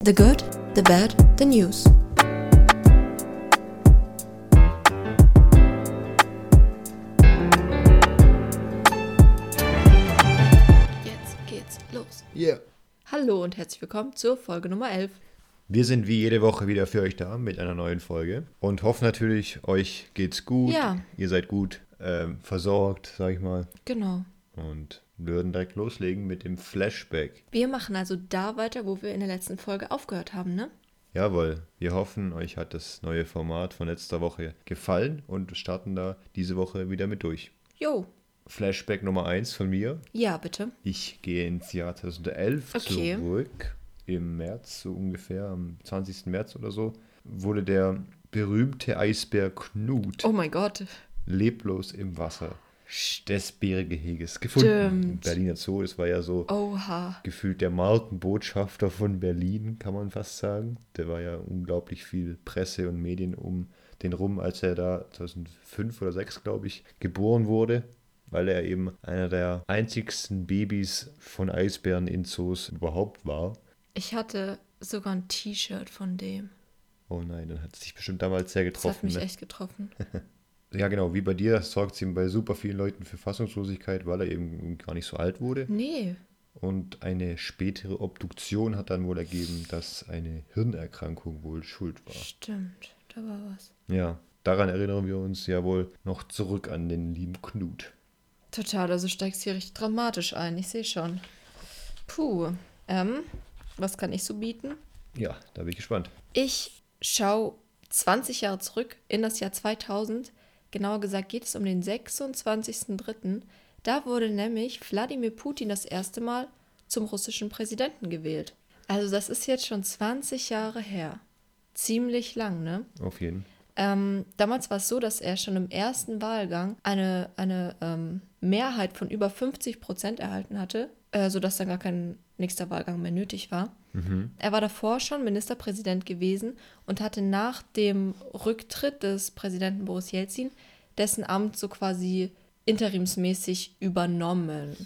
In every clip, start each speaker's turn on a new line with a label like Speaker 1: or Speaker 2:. Speaker 1: The Good, The Bad, The News. Jetzt geht's los.
Speaker 2: Yeah.
Speaker 1: Hallo und herzlich willkommen zur Folge Nummer 11.
Speaker 2: Wir sind wie jede Woche wieder für euch da mit einer neuen Folge und hoffen natürlich, euch geht's gut.
Speaker 1: Ja.
Speaker 2: Ihr seid gut ähm, versorgt, sag ich mal.
Speaker 1: Genau.
Speaker 2: Und wir würden direkt loslegen mit dem Flashback.
Speaker 1: Wir machen also da weiter, wo wir in der letzten Folge aufgehört haben, ne?
Speaker 2: Jawohl, wir hoffen, euch hat das neue Format von letzter Woche gefallen und starten da diese Woche wieder mit durch.
Speaker 1: Jo.
Speaker 2: Flashback Nummer 1 von mir.
Speaker 1: Ja, bitte.
Speaker 2: Ich gehe ins Jahr 2011
Speaker 1: Okay.
Speaker 2: zurück. Im März, so ungefähr, am 20. März oder so, wurde der berühmte Eisbär Knut
Speaker 1: Oh mein Gott.
Speaker 2: leblos im Wasser des Bärengeheges gefunden.
Speaker 1: Stimmt.
Speaker 2: Berliner Zoo, das war ja so
Speaker 1: Oha.
Speaker 2: gefühlt der Markenbotschafter von Berlin, kann man fast sagen. Der war ja unglaublich viel Presse und Medien um den rum, als er da 2005 oder 2006, glaube ich, geboren wurde, weil er eben einer der einzigsten Babys von Eisbären in Zoos überhaupt war.
Speaker 1: Ich hatte sogar ein T-Shirt von dem.
Speaker 2: Oh nein, dann hat es dich bestimmt damals sehr
Speaker 1: Das hat
Speaker 2: getroffen.
Speaker 1: mich
Speaker 2: Ne?
Speaker 1: echt getroffen.
Speaker 2: Ja, genau, wie bei dir, das sorgt ihm bei super vielen Leuten für Fassungslosigkeit, weil er eben gar nicht so alt wurde.
Speaker 1: Nee.
Speaker 2: Und eine spätere Obduktion hat dann wohl ergeben, dass eine Hirnerkrankung wohl schuld war.
Speaker 1: Stimmt. Da war was.
Speaker 2: Ja, daran erinnern wir uns ja wohl noch zurück an den lieben Knut.
Speaker 1: Total, also steigst hier richtig dramatisch ein. Ich sehe schon. Puh. Ähm, was kann ich so bieten?
Speaker 2: Ja, da bin ich gespannt.
Speaker 1: Ich schaue 20 Jahre zurück in das Jahr 2000. Genauer gesagt geht es um den 26.03. Da wurde nämlich Wladimir Putin das erste Mal zum russischen Präsidenten gewählt. Also das ist jetzt schon 20 Jahre her. Ziemlich lang, ne?
Speaker 2: Auf jeden.
Speaker 1: Ähm, damals war es so, dass er schon im ersten Wahlgang eine, eine ähm, Mehrheit von über 50 Prozent erhalten hatte, äh, sodass dann gar kein nächster Wahlgang mehr nötig war. Er war davor schon Ministerpräsident gewesen und hatte nach dem Rücktritt des Präsidenten Boris Jelzin dessen Amt so quasi interimsmäßig übernommen.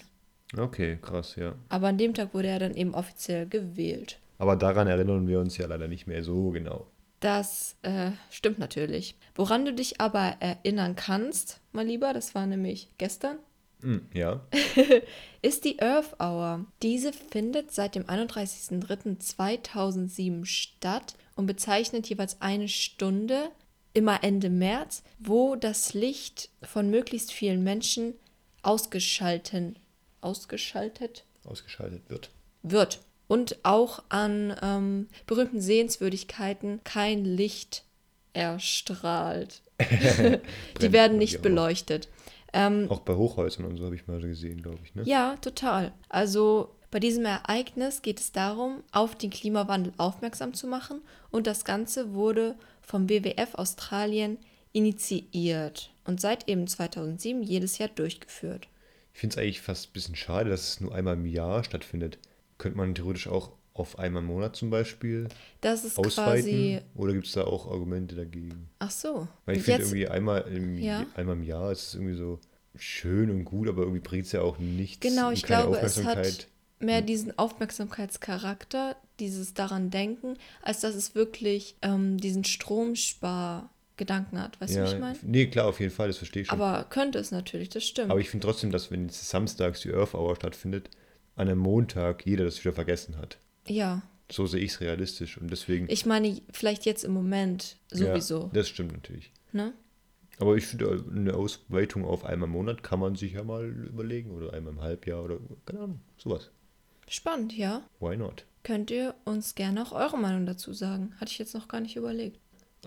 Speaker 2: Okay, krass, ja.
Speaker 1: Aber an dem Tag wurde er dann eben offiziell gewählt.
Speaker 2: Aber daran erinnern wir uns ja leider nicht mehr so genau.
Speaker 1: Das äh, stimmt natürlich. Woran du dich aber erinnern kannst, mein Lieber, das war nämlich gestern,
Speaker 2: Hm, ja,
Speaker 1: ist die Earth Hour. Diese findet seit dem 31.03.2007 statt und bezeichnet jeweils eine Stunde, immer Ende März, wo das Licht von möglichst vielen Menschen ausgeschalten, ausgeschaltet
Speaker 2: ausgeschaltet wird.
Speaker 1: wird. Und auch an ähm, berühmten Sehenswürdigkeiten kein Licht erstrahlt. Die
Speaker 2: Brennt
Speaker 1: werden
Speaker 2: man
Speaker 1: nicht
Speaker 2: die auch.
Speaker 1: beleuchtet. Ähm,
Speaker 2: Auch bei Hochhäusern und so habe ich mal gesehen, glaube ich, ne?
Speaker 1: ja, total. Also bei diesem Ereignis geht es darum, auf den Klimawandel aufmerksam zu machen. Und das Ganze wurde vom WWF Australien initiiert und seit eben 2007 jedes Jahr durchgeführt.
Speaker 2: Ich finde es eigentlich fast ein bisschen schade, dass es nur einmal im Jahr stattfindet. Könnte man theoretisch auch auf einmal im Monat zum Beispiel
Speaker 1: Das ist
Speaker 2: ausweiten?
Speaker 1: quasi.
Speaker 2: Oder gibt es da auch Argumente dagegen?
Speaker 1: Ach so.
Speaker 2: Weil ich
Speaker 1: Und
Speaker 2: finde
Speaker 1: jetzt-
Speaker 2: irgendwie einmal im,
Speaker 1: Ja.
Speaker 2: einmal im Jahr ist es irgendwie so schön und gut, aber irgendwie bringt es ja auch nichts.
Speaker 1: Genau,
Speaker 2: und
Speaker 1: ich
Speaker 2: keine
Speaker 1: glaube, es hat
Speaker 2: Aufmerksamkeit. Hm.
Speaker 1: mehr diesen Aufmerksamkeitscharakter, dieses daran denken, als dass es wirklich ähm, diesen Stromspar-Gedanken hat. Weißt du,
Speaker 2: Ja,
Speaker 1: was ich meine?
Speaker 2: nee, klar, auf jeden Fall, das verstehe ich schon. Aber,
Speaker 1: Aber könnte es natürlich, das stimmt.
Speaker 2: ich finde trotzdem, dass wenn jetzt samstags die Earth Hour stattfindet, an einem Montag jeder das wieder vergessen hat.
Speaker 1: ja,
Speaker 2: So sehe ich es realistisch und deswegen.
Speaker 1: ich meine, vielleicht jetzt im Moment
Speaker 2: Ja,
Speaker 1: sowieso.
Speaker 2: das stimmt natürlich.
Speaker 1: Ne?
Speaker 2: Aber ich finde, eine Ausweitung auf einmal im Monat kann man sich ja mal überlegen oder einmal im Halbjahr oder keine Ahnung, sowas.
Speaker 1: Spannend, ja.
Speaker 2: Why not?
Speaker 1: Könnt ihr uns gerne auch eure Meinung dazu sagen? Hatte ich jetzt noch gar nicht überlegt.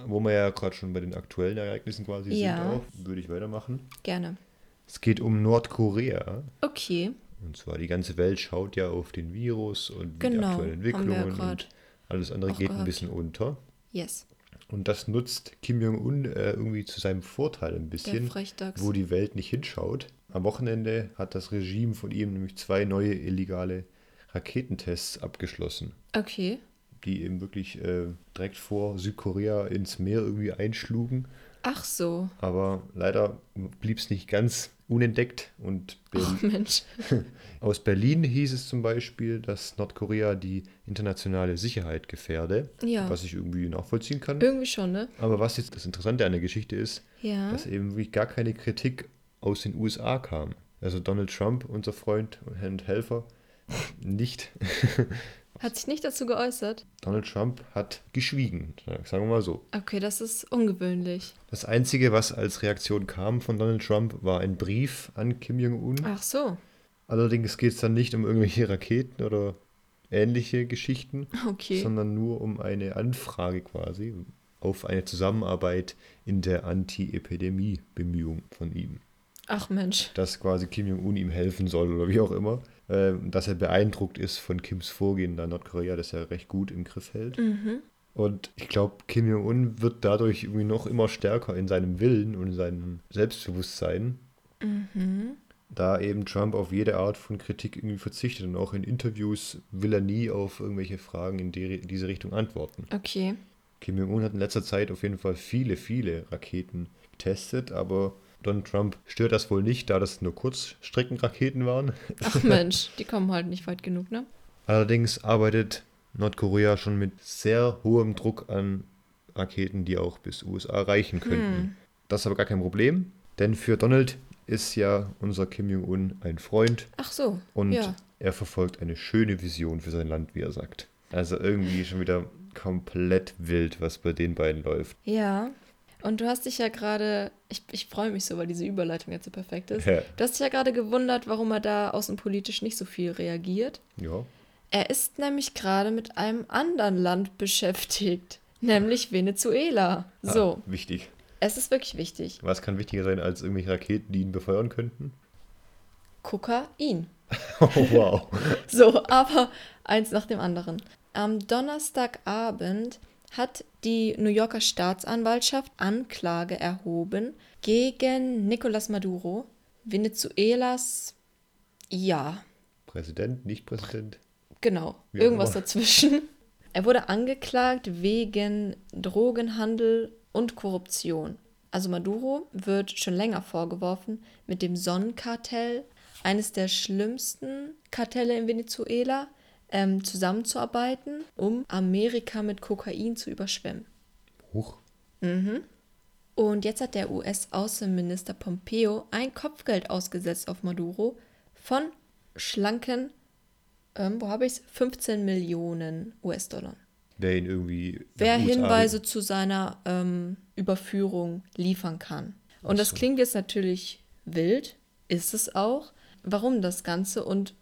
Speaker 2: Wo wir ja gerade schon bei den aktuellen Ereignissen quasi
Speaker 1: Ja.
Speaker 2: sind, auch, würde ich weitermachen.
Speaker 1: Gerne.
Speaker 2: Es geht um Nordkorea.
Speaker 1: Okay,
Speaker 2: Und zwar die ganze Welt schaut ja auf den Virus und die
Speaker 1: Genau,
Speaker 2: aktuellen
Speaker 1: haben wir ja
Speaker 2: Entwicklungen.
Speaker 1: grad
Speaker 2: und alles andere
Speaker 1: auch
Speaker 2: geht ein
Speaker 1: gehabt.
Speaker 2: bisschen unter.
Speaker 1: yes.
Speaker 2: Und das nutzt Kim Jong-un äh, irgendwie zu seinem Vorteil ein bisschen,
Speaker 1: Frechdachs.
Speaker 2: wo die Welt nicht hinschaut. Am Wochenende hat das Regime von ihm nämlich zwei neue illegale Raketentests abgeschlossen,
Speaker 1: Okay.
Speaker 2: die eben wirklich äh, direkt vor Südkorea ins Meer irgendwie einschlugen.
Speaker 1: Ach so.
Speaker 2: Aber leider blieb es nicht ganz unentdeckt. Und Ber-
Speaker 1: Oh Mensch.
Speaker 2: aus Berlin hieß es zum Beispiel, dass Nordkorea die internationale Sicherheit gefährde,
Speaker 1: Ja.
Speaker 2: was ich irgendwie nachvollziehen kann.
Speaker 1: Irgendwie schon, ne?
Speaker 2: Aber was jetzt das Interessante an der Geschichte ist,
Speaker 1: Ja.
Speaker 2: dass eben wirklich gar keine Kritik aus den USA kam. Also Donald Trump, unser Freund und Helfer, nicht.
Speaker 1: Hat sich nicht dazu geäußert.
Speaker 2: Donald Trump hat geschwiegen, sagen wir mal so.
Speaker 1: Okay, das ist ungewöhnlich.
Speaker 2: Das Einzige, was als Reaktion kam von Donald Trump, war ein Brief an Kim Jong-un.
Speaker 1: Ach so.
Speaker 2: Allerdings geht es dann nicht um irgendwelche Raketen oder ähnliche Geschichten,
Speaker 1: Okay.
Speaker 2: sondern nur um eine Anfrage quasi auf eine Zusammenarbeit in der Anti-Epidemie-Bemühung von ihm.
Speaker 1: Ach Mensch.
Speaker 2: Dass quasi Kim Jong-un ihm helfen soll oder wie auch immer. Ähm, dass er beeindruckt ist von Kims Vorgehen, da Nordkorea das ja recht gut im Griff hält. Und ich glaube, Kim Jong-un wird dadurch irgendwie noch immer stärker in seinem Willen und in seinem Selbstbewusstsein, da eben Trump auf jede Art von Kritik irgendwie verzichtet. Und auch in Interviews will er nie auf irgendwelche Fragen in die, diese Richtung antworten.
Speaker 1: Okay.
Speaker 2: Kim Jong-un hat in letzter Zeit auf jeden Fall viele, viele Raketen getestet, aber Donald Trump stört das wohl nicht, da das nur Kurzstreckenraketen waren.
Speaker 1: Ach Mensch. Die kommen halt nicht weit genug, ne?
Speaker 2: Allerdings arbeitet Nordkorea schon mit sehr hohem Druck an Raketen, die auch bis USA reichen könnten. Das ist aber gar kein Problem, denn für Donald ist ja unser Kim Jong-un ein Freund
Speaker 1: Ach so.
Speaker 2: und
Speaker 1: ja.
Speaker 2: er verfolgt eine schöne Vision für sein Land, wie er sagt. Also irgendwie schon wieder komplett wild, was bei den beiden läuft.
Speaker 1: Ja. Und du hast dich ja gerade, ich, ich freue mich so, weil diese Überleitung jetzt so perfekt ist.
Speaker 2: Ja.
Speaker 1: Du hast dich ja gerade gewundert, warum er da außenpolitisch nicht so viel reagiert.
Speaker 2: Ja.
Speaker 1: Er ist nämlich gerade mit einem anderen Land beschäftigt, nämlich Venezuela. So,
Speaker 2: Ah, wichtig.
Speaker 1: es ist wirklich wichtig.
Speaker 2: Was kann wichtiger sein als irgendwelche Raketen, die ihn befeuern könnten?
Speaker 1: Kokain.
Speaker 2: Oh, wow.
Speaker 1: So, aber eins nach dem anderen. Am Donnerstagabend hat die New Yorker Staatsanwaltschaft Anklage erhoben gegen Nicolas Maduro, Venezuelas, ja,
Speaker 2: Präsident, nicht Präsident?
Speaker 1: genau,
Speaker 2: Wie auch
Speaker 1: irgendwas
Speaker 2: immer.
Speaker 1: dazwischen. Er wurde angeklagt wegen Drogenhandel und Korruption. Also Maduro wird schon länger vorgeworfen, mit dem Sonnenkartell, eines der schlimmsten Kartelle in Venezuela, ähm, zusammenzuarbeiten, um Amerika mit Kokain zu überschwemmen.
Speaker 2: Huch.
Speaker 1: Und jetzt hat der US-Außenminister Pompeo ein Kopfgeld ausgesetzt auf Maduro von schlanken, ähm, wo habe ich es, 15 Millionen US-Dollar.
Speaker 2: Wer ihn irgendwie. nach
Speaker 1: Wer
Speaker 2: USA
Speaker 1: Hinweise zu seiner ähm, Überführung liefern kann. Und das klingt jetzt natürlich wild, ist es auch. Warum das Ganze und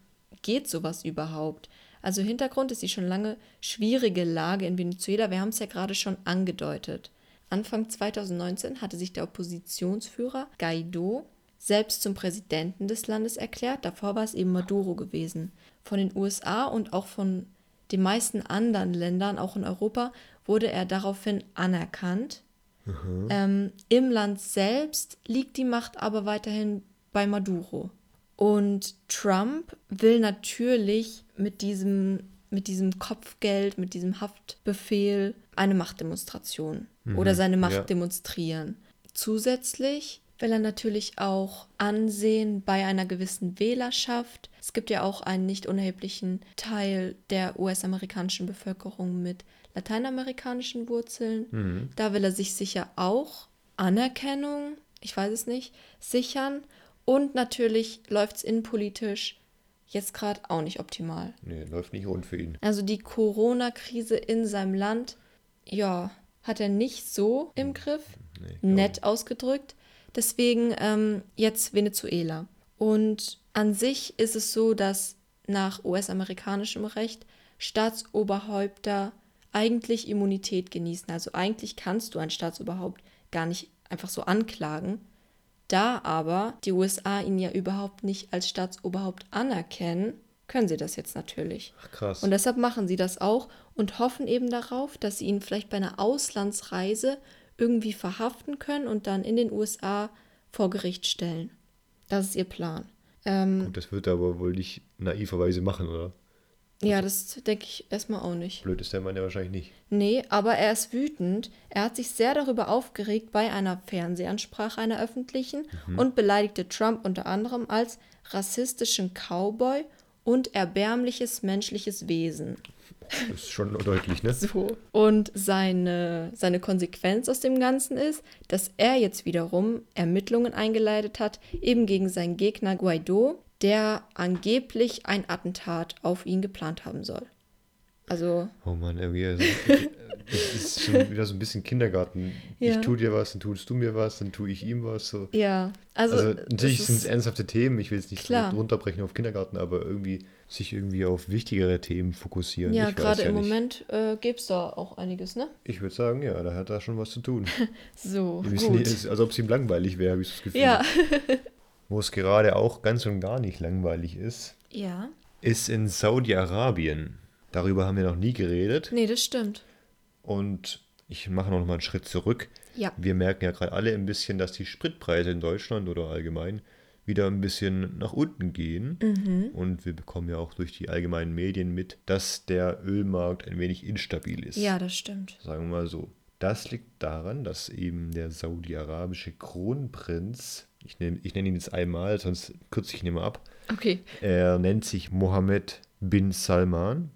Speaker 1: geht sowas überhaupt? Also Hintergrund ist die schon lange schwierige Lage in Venezuela. Wir haben es ja gerade schon angedeutet. Anfang 2019 hatte sich der Oppositionsführer Guaido selbst zum Präsidenten des Landes erklärt. Davor war es eben Maduro gewesen. Von den USA und auch von den meisten anderen Ländern, auch in Europa, wurde er daraufhin anerkannt. Ähm, Im Land selbst liegt die Macht aber weiterhin bei Maduro. Und Trump will natürlich mit diesem, mit diesem Kopfgeld, mit diesem Haftbefehl eine Machtdemonstration oder seine Macht
Speaker 2: ja.
Speaker 1: demonstrieren. Zusätzlich will er natürlich auch Ansehen bei einer gewissen Wählerschaft. Es gibt ja auch einen nicht unerheblichen Teil der US-amerikanischen Bevölkerung mit lateinamerikanischen Wurzeln. Da will er sich sicher auch Anerkennung, ich weiß es nicht, sichern. Und natürlich läuft es innenpolitisch jetzt gerade auch nicht optimal.
Speaker 2: Nee, läuft nicht rund für ihn.
Speaker 1: Also die Corona-Krise in seinem Land, ja, hat er nicht so im Griff,
Speaker 2: Hm. Nee, glaub
Speaker 1: nett ausgedrückt. Deswegen ähm, jetzt Venezuela. Und an sich ist es so, dass nach US-amerikanischem Recht Staatsoberhäupter eigentlich Immunität genießen. Also eigentlich kannst du ein Staatsoberhaupt gar nicht einfach so anklagen. Da aber die USA ihn ja überhaupt nicht als Staatsoberhaupt anerkennen, können sie das jetzt natürlich.
Speaker 2: Ach, krass.
Speaker 1: Und deshalb machen sie das auch und hoffen eben darauf, dass sie ihn vielleicht bei einer Auslandsreise irgendwie verhaften können und dann in den USA vor Gericht stellen. Das ist ihr Plan. Ähm,
Speaker 2: Gut, das wird er aber wohl nicht naiverweise machen, oder?
Speaker 1: Ja, das denke ich erstmal auch nicht.
Speaker 2: Blöd ist der Mann ja wahrscheinlich nicht.
Speaker 1: Nee, aber er ist wütend. Er hat sich sehr darüber aufgeregt bei einer Fernsehansprache einer öffentlichen und beleidigte Trump unter anderem als rassistischen Cowboy und erbärmliches menschliches Wesen.
Speaker 2: Das ist schon deutlich, ne?
Speaker 1: So. Und seine, seine Konsequenz aus dem Ganzen ist, dass er jetzt wiederum Ermittlungen eingeleitet hat, eben gegen seinen Gegner Guaido, der angeblich ein Attentat auf ihn geplant haben soll. Also,
Speaker 2: Oh Mann, irgendwie, also, äh, das ist schon wieder so ein bisschen Kindergarten.
Speaker 1: Ja.
Speaker 2: Ich tue dir was, dann tust du mir was, dann tue ich ihm was. So.
Speaker 1: ja. Also,
Speaker 2: Also
Speaker 1: das
Speaker 2: natürlich
Speaker 1: ist-
Speaker 2: sind es ernsthafte Themen, ich will es nicht
Speaker 1: Klar.
Speaker 2: runterbrechen auf Kindergarten, aber irgendwie sich irgendwie auf wichtigere Themen fokussieren.
Speaker 1: Ja,
Speaker 2: ich weiß
Speaker 1: gerade
Speaker 2: ja
Speaker 1: im
Speaker 2: nicht.
Speaker 1: Moment äh, gäbe es da auch einiges, ne?
Speaker 2: Ich würde sagen, ja, da hat er schon was zu tun.
Speaker 1: So,
Speaker 2: Wir wissen nicht,
Speaker 1: gut.
Speaker 2: es- als ob es ihm langweilig wäre, habe ich das Gefühl.
Speaker 1: Ja.
Speaker 2: Wo es gerade auch ganz und gar nicht langweilig ist,
Speaker 1: ja.
Speaker 2: ist in Saudi-Arabien. Darüber haben wir noch nie geredet.
Speaker 1: Nee, das stimmt.
Speaker 2: Und ich mache noch mal einen Schritt zurück.
Speaker 1: Ja.
Speaker 2: Wir merken ja gerade alle ein bisschen, dass die Spritpreise in Deutschland oder allgemein wieder ein bisschen nach unten gehen.
Speaker 1: Mhm.
Speaker 2: Und wir bekommen ja auch durch die allgemeinen Medien mit, dass der Ölmarkt ein wenig instabil ist.
Speaker 1: Ja, das stimmt.
Speaker 2: Sagen wir mal so. Das liegt daran, dass eben der saudi-arabische Kronprinz, ich nenne ich nenn ihn jetzt einmal, sonst kürze ich ihn immer ab,
Speaker 1: Okay.
Speaker 2: er nennt sich Mohammed bin Salman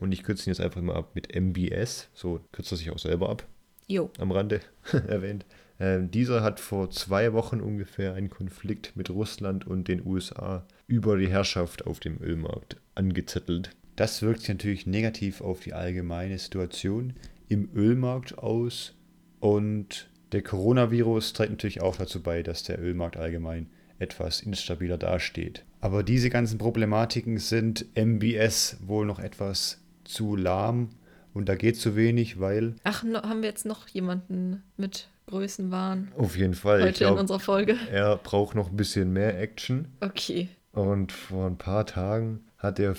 Speaker 2: und ich kürze ihn jetzt einfach immer ab mit MBS, so kürzt er sich auch selber ab,
Speaker 1: Jo.
Speaker 2: am Rande erwähnt. Ähm, dieser hat vor zwei Wochen ungefähr einen Konflikt mit Russland und den USA über die Herrschaft auf dem Ölmarkt angezettelt. Das wirkt sich natürlich negativ auf die allgemeine Situation im Ölmarkt aus und der Coronavirus trägt natürlich auch dazu bei, dass der Ölmarkt allgemein etwas instabiler dasteht. Aber diese ganzen Problematiken sind MBS wohl noch etwas zu lahm und da geht zu wenig, weil
Speaker 1: Ach, no, haben wir jetzt noch jemanden mit Größenwahn
Speaker 2: Auf jeden Fall.
Speaker 1: heute
Speaker 2: ich
Speaker 1: in
Speaker 2: glaube,
Speaker 1: unserer Folge?
Speaker 2: er braucht noch ein bisschen mehr Action.
Speaker 1: Okay.
Speaker 2: Und vor ein paar Tagen hat der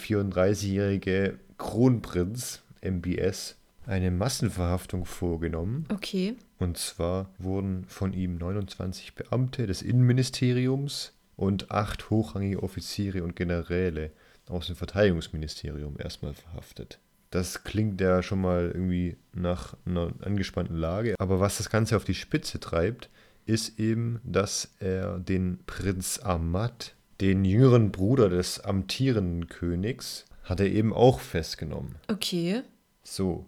Speaker 2: 34-jährige Kronprinz MBS eine Massenverhaftung vorgenommen.
Speaker 1: Okay.
Speaker 2: Und zwar wurden von ihm 29 Beamte des Innenministeriums und acht hochrangige Offiziere und Generäle aus dem Verteidigungsministerium erstmal verhaftet. Das klingt ja schon mal irgendwie nach einer angespannten Lage. Aber was das Ganze auf die Spitze treibt, ist eben, dass er den Prinz Ahmad, den jüngeren Bruder des amtierenden Königs, hat er eben auch festgenommen.
Speaker 1: Okay.
Speaker 2: So,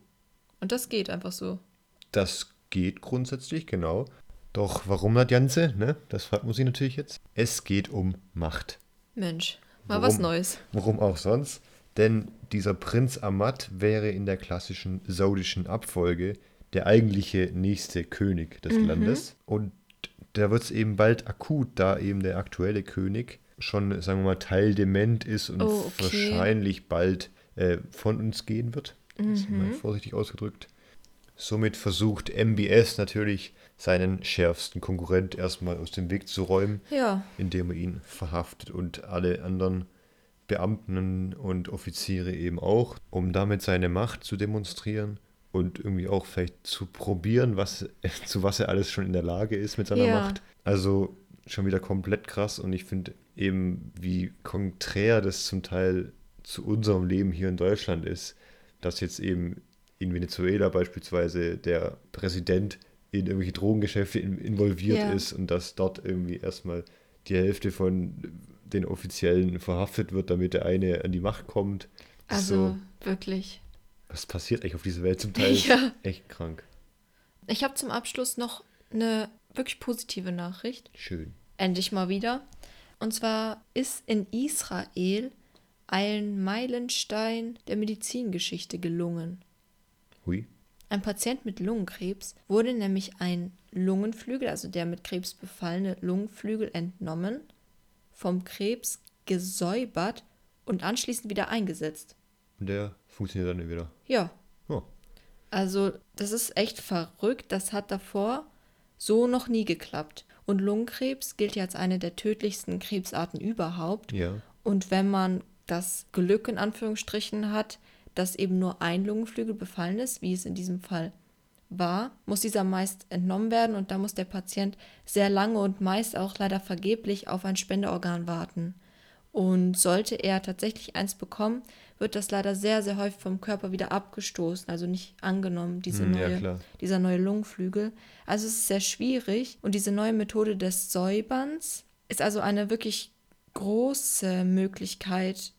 Speaker 1: Und das geht einfach so.
Speaker 2: das geht grundsätzlich, genau. Doch warum das Ganze? Ne? Das fragt man sich natürlich jetzt. Es geht um Macht.
Speaker 1: Mensch, mal
Speaker 2: Warum?
Speaker 1: was Neues.
Speaker 2: Warum auch sonst? Denn dieser Prinz Ahmad wäre in der klassischen saudischen Abfolge der eigentliche nächste König des
Speaker 1: Mhm.
Speaker 2: Landes. Und da wird es eben bald akut, da eben der aktuelle König schon, sagen wir mal, teildement ist und
Speaker 1: Oh, okay.
Speaker 2: wahrscheinlich bald äh, von uns gehen wird. Das ist
Speaker 1: Mhm.
Speaker 2: mal vorsichtig ausgedrückt. Somit versucht MBS natürlich seinen schärfsten Konkurrent erstmal aus dem Weg zu räumen
Speaker 1: Ja.
Speaker 2: indem er ihn verhaftet und alle anderen Beamten und Offiziere eben auch, um damit seine Macht zu demonstrieren und irgendwie auch vielleicht zu probieren, was, zu was er alles schon in der Lage ist mit seiner
Speaker 1: Ja.
Speaker 2: Macht. Also schon wieder komplett krass und ich finde eben, wie konträr das zum Teil zu unserem Leben hier in Deutschland ist, dass jetzt eben in Venezuela beispielsweise der Präsident in irgendwelche Drogengeschäfte in, involviert
Speaker 1: Ja.
Speaker 2: ist und dass dort irgendwie erstmal die Hälfte von den Offiziellen verhaftet wird, damit der eine an die Macht kommt. Das ist
Speaker 1: Also
Speaker 2: so,
Speaker 1: wirklich.
Speaker 2: was passiert eigentlich auf dieser Welt zum Teil? ist
Speaker 1: Ja.
Speaker 2: Echt krank.
Speaker 1: Ich habe zum Abschluss noch eine wirklich positive Nachricht.
Speaker 2: Schön.
Speaker 1: Endlich mal wieder. Und zwar ist in Israel ein Meilenstein der Medizingeschichte gelungen.
Speaker 2: Hui.
Speaker 1: Ein Patient mit Lungenkrebs wurde nämlich ein Lungenflügel, also der mit Krebs befallene Lungenflügel, entnommen, vom Krebs gesäubert und anschließend wieder eingesetzt.
Speaker 2: Und der funktioniert dann wieder.
Speaker 1: Ja,
Speaker 2: Oh.
Speaker 1: also das ist echt verrückt. Das hat davor so noch nie geklappt. Und Lungenkrebs gilt ja als eine der tödlichsten Krebsarten überhaupt.
Speaker 2: Ja.
Speaker 1: Und wenn man das Glück in Anführungsstrichen hat, dass eben nur ein Lungenflügel befallen ist, wie es in diesem Fall war, muss dieser meist entnommen werden und da muss der Patient sehr lange und meist auch leider vergeblich auf ein Spenderorgan warten. Und sollte er tatsächlich eins bekommen, wird das leider sehr, sehr häufig vom Körper wieder abgestoßen, also nicht angenommen, diese
Speaker 2: Hm, ja,
Speaker 1: neue,
Speaker 2: klar.
Speaker 1: dieser neue Lungenflügel. Also es ist sehr schwierig und diese neue Methode des Säuberns ist also eine wirklich große Möglichkeit,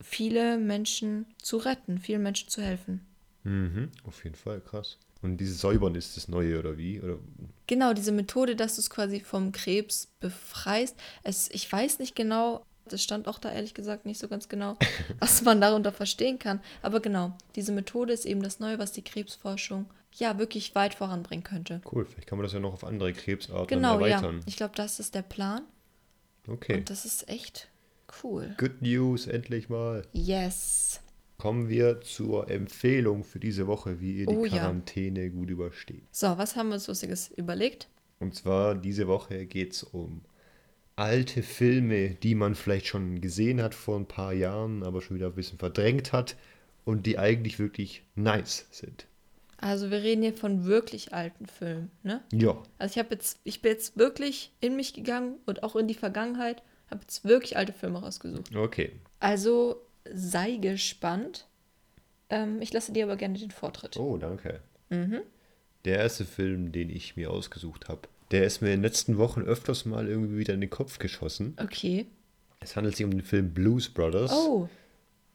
Speaker 1: viele Menschen zu retten, vielen Menschen zu helfen.
Speaker 2: Mhm. Auf jeden Fall, krass. Und dieses Säubern ist das Neue oder wie? Oder
Speaker 1: Genau, diese Methode, dass du es quasi vom Krebs befreist. Es, ich weiß nicht genau, das stand auch da ehrlich gesagt nicht so ganz genau, was man darunter verstehen kann. Aber genau, diese Methode ist eben das Neue, was die Krebsforschung ja wirklich weit voranbringen könnte.
Speaker 2: cool, vielleicht kann man das ja noch auf andere Krebsarten
Speaker 1: Genau, ja.
Speaker 2: erweitern.
Speaker 1: Ich glaube, das ist der Plan.
Speaker 2: Okay.
Speaker 1: Und das ist echt cool.
Speaker 2: Good News, endlich mal.
Speaker 1: Yes.
Speaker 2: Kommen wir zur Empfehlung für diese Woche, wie ihr die
Speaker 1: Oh ja.
Speaker 2: Quarantäne gut übersteht.
Speaker 1: So, was haben wir uns Lustiges überlegt?
Speaker 2: Und zwar diese Woche geht es um alte Filme, die man vielleicht schon gesehen hat vor ein paar Jahren, aber schon wieder ein bisschen verdrängt hat und die eigentlich wirklich nice sind.
Speaker 1: Also, wir reden hier von wirklich alten Filmen, ne?
Speaker 2: Ja,
Speaker 1: Also ich habe jetzt, ich bin jetzt wirklich in mich gegangen und auch in die Vergangenheit, habe jetzt wirklich alte Filme rausgesucht.
Speaker 2: okay.
Speaker 1: Also sei gespannt. Ähm, ich lasse dir aber gerne den Vortritt.
Speaker 2: Oh, danke.
Speaker 1: Mhm.
Speaker 2: Der erste Film, den ich mir ausgesucht habe, der ist mir in den letzten Wochen öfters mal irgendwie wieder in den Kopf geschossen.
Speaker 1: Okay.
Speaker 2: Es handelt sich um den Film Blues Brothers.
Speaker 1: Oh,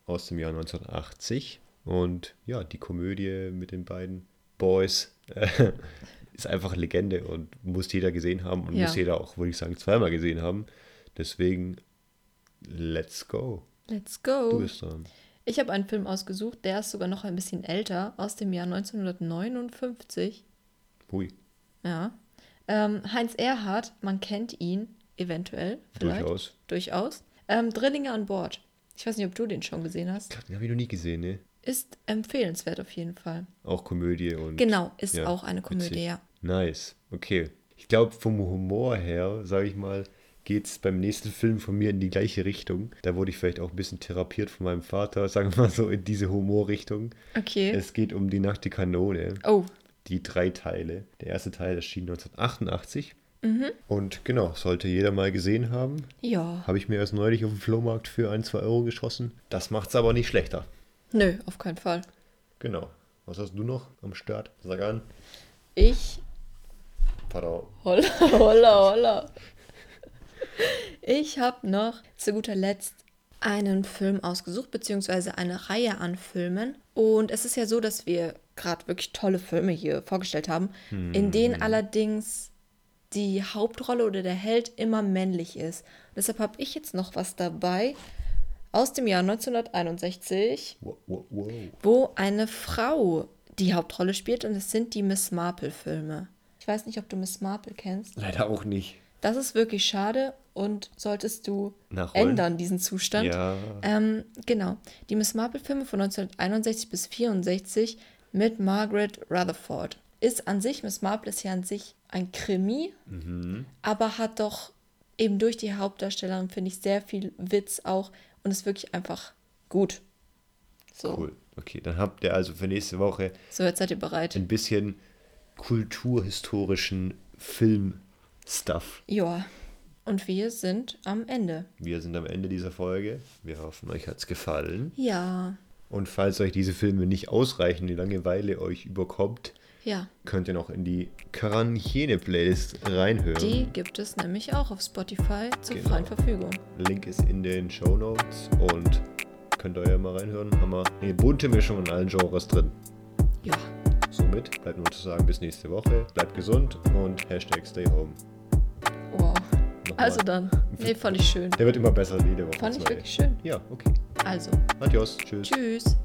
Speaker 2: aus dem Jahr 1980. Und ja, die Komödie mit den beiden Boys äh, ist einfach eine Legende und muss jeder gesehen haben und
Speaker 1: Ja.
Speaker 2: muss jeder auch, würde ich sagen, zweimal gesehen haben. Deswegen, let's go.
Speaker 1: let's
Speaker 2: Du
Speaker 1: go.
Speaker 2: bist dran.
Speaker 1: Ich habe einen Film ausgesucht, der ist sogar noch ein bisschen älter, aus dem Jahr 1959.
Speaker 2: Hui,
Speaker 1: Ja. Ähm, Heinz Erhardt, man kennt ihn eventuell, vielleicht.
Speaker 2: durchaus.
Speaker 1: Durchaus. Ähm, Drillinge an Bord. Ich weiß nicht, ob du den schon gesehen hast.
Speaker 2: Den habe ich noch nie gesehen, ne?
Speaker 1: Ist empfehlenswert auf jeden Fall.
Speaker 2: Auch Komödie und.
Speaker 1: Genau, ist
Speaker 2: Ja,
Speaker 1: auch eine Komödie,
Speaker 2: witzig.
Speaker 1: ja.
Speaker 2: Nice, okay. Ich glaube, vom Humor her, sage ich mal, geht es beim nächsten Film von mir in die gleiche Richtung. Da wurde ich vielleicht auch ein bisschen therapiert von meinem Vater, sagen wir mal so, in diese Humorrichtung.
Speaker 1: Okay.
Speaker 2: Es geht um die Nacht die Kanone,
Speaker 1: oh,
Speaker 2: die drei Teile. Der erste Teil erschien 1988.
Speaker 1: Mhm.
Speaker 2: Und genau, sollte jeder mal gesehen haben.
Speaker 1: ja.
Speaker 2: Habe ich mir erst neulich auf dem Flohmarkt für 1, 2 Euro geschossen. Das macht's aber nicht schlechter.
Speaker 1: Nö, auf keinen Fall.
Speaker 2: Genau. Was hast du noch am Start? Sag an.
Speaker 1: Ich.
Speaker 2: Pardon.
Speaker 1: Holla, holla, holla. Ich habe noch zu guter Letzt einen Film ausgesucht, beziehungsweise eine Reihe an Filmen. Und es ist ja so, dass wir gerade wirklich tolle Filme hier vorgestellt haben, in denen allerdings die Hauptrolle oder der Held immer männlich ist. Deshalb habe ich jetzt noch was dabei aus dem Jahr 1961.
Speaker 2: Wow, wow, wow.
Speaker 1: wo eine Frau die Hauptrolle spielt und es sind die Miss Marple-Filme. Ich weiß nicht, ob du Miss Marple kennst.
Speaker 2: Leider auch nicht.
Speaker 1: Das ist wirklich schade und solltest du
Speaker 2: Nachholen?
Speaker 1: ändern, diesen Zustand.
Speaker 2: Ja.
Speaker 1: Ähm, genau. Die Miss Marple-Filme von 1961 bis 64 mit Margaret Rutherford. Ist an sich, Miss Marple ist ja an sich ein Krimi,
Speaker 2: Mhm.
Speaker 1: aber hat doch eben durch die Hauptdarstellerin, finde ich, sehr viel Witz auch und ist wirklich einfach gut. So,
Speaker 2: Cool. Okay, dann habt ihr also für nächste Woche
Speaker 1: so jetzt seid ihr bereit.
Speaker 2: ein bisschen kulturhistorischen Film-Stuff.
Speaker 1: Ja, und wir sind am Ende.
Speaker 2: Wir sind am Ende dieser Folge. Wir hoffen, euch hat's gefallen.
Speaker 1: Ja,
Speaker 2: Und falls euch diese Filme nicht ausreichen, die Langeweile euch überkommt,
Speaker 1: ja,
Speaker 2: könnt ihr noch in die Quarantäne-Playlist reinhören.
Speaker 1: die gibt es nämlich auch auf Spotify zur
Speaker 2: Genau.
Speaker 1: freien Verfügung.
Speaker 2: Link ist in den Show Notes und könnt ihr ja mal reinhören. Haben wir eine bunte Mischung in allen Genres drin.
Speaker 1: Ja,
Speaker 2: Somit bleibt nur zu sagen, bis nächste Woche. Bleibt gesund und Hashtag Stay Home.
Speaker 1: wow.
Speaker 2: Nochmal.
Speaker 1: Also dann, nee, fand ich schön.
Speaker 2: Der wird immer besser jede Woche.
Speaker 1: Fand ich
Speaker 2: Zwei.
Speaker 1: wirklich schön.
Speaker 2: Ja, okay.
Speaker 1: Also,
Speaker 2: Adios. Tschüss.
Speaker 1: tschüss.